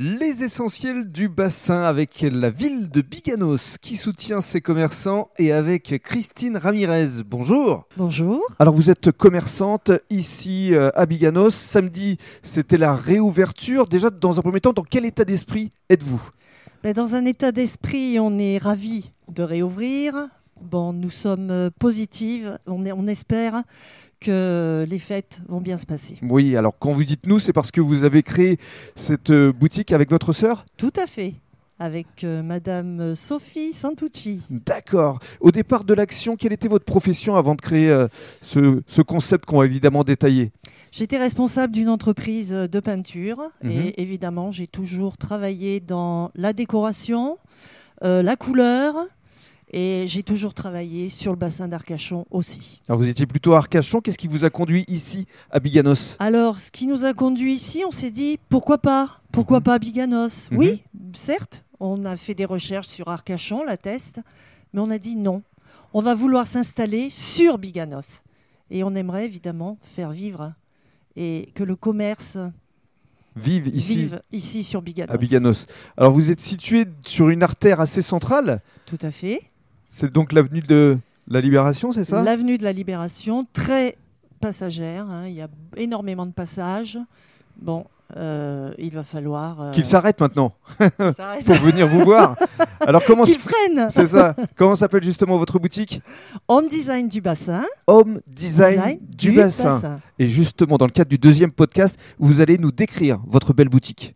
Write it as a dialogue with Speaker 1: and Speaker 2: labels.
Speaker 1: Les essentiels du bassin avec la ville de Biganos qui soutient ses commerçants et avec Christine Ramirez. Bonjour.
Speaker 2: Bonjour.
Speaker 1: Alors vous êtes commerçante ici euh, à Biganos. Samedi, c'était la réouverture. Déjà, dans un premier temps, dans quel état d'esprit êtes-vous
Speaker 2: Ben, Dans un état d'esprit, on est ravis de réouvrir. Bon, nous sommes euh, positives. On, est- on espère que les fêtes vont bien se passer.
Speaker 1: Oui, alors quand vous dites nous, c'est parce que vous avez créé cette euh, boutique avec votre sœur
Speaker 2: Tout à fait. Avec euh, Madame Sophie Santucci.
Speaker 1: D'accord. Au départ de l'action, quelle était votre profession avant de créer euh, ce, ce concept qu'on va évidemment détailler
Speaker 2: J'étais responsable d'une entreprise de peinture
Speaker 1: Mhm.
Speaker 2: et évidemment, j'ai toujours travaillé dans la décoration, euh, la couleur et j'ai toujours travaillé sur le bassin d'Arcachon aussi.
Speaker 1: Alors vous étiez plutôt à Arcachon, qu'est-ce qui vous a conduit ici à Biganos
Speaker 2: Alors, ce qui nous a conduit ici, on s'est dit pourquoi pas Pourquoi pas Biganos
Speaker 1: Mhm.
Speaker 2: Oui, certes, on a fait des recherches sur Arcachon, la Teste, mais on a dit non. On va vouloir s'installer sur Biganos. Et on aimerait évidemment faire vivre et que le commerce
Speaker 1: Vive ici
Speaker 2: vive ici sur Biganos.
Speaker 1: à Biganos. Alors vous êtes situé sur une artère assez centrale,
Speaker 2: Tout à fait.
Speaker 1: c'est donc l'avenue de la Libération, c'est ça
Speaker 2: L'avenue de la Libération, très passagère. hein, Il y a énormément de passages. Bon, euh, il va falloir. euh,
Speaker 1: Qu'il s'arrête maintenant
Speaker 2: qu'il s'arrête.
Speaker 1: pour venir vous voir. Alors comment
Speaker 2: Qu'il freine
Speaker 1: c'est ça Comment s'appelle justement votre boutique
Speaker 2: Home design du bassin.
Speaker 1: Home Design, du, bassin. Et justement, dans le cadre du deuxième podcast, vous allez nous décrire votre belle boutique.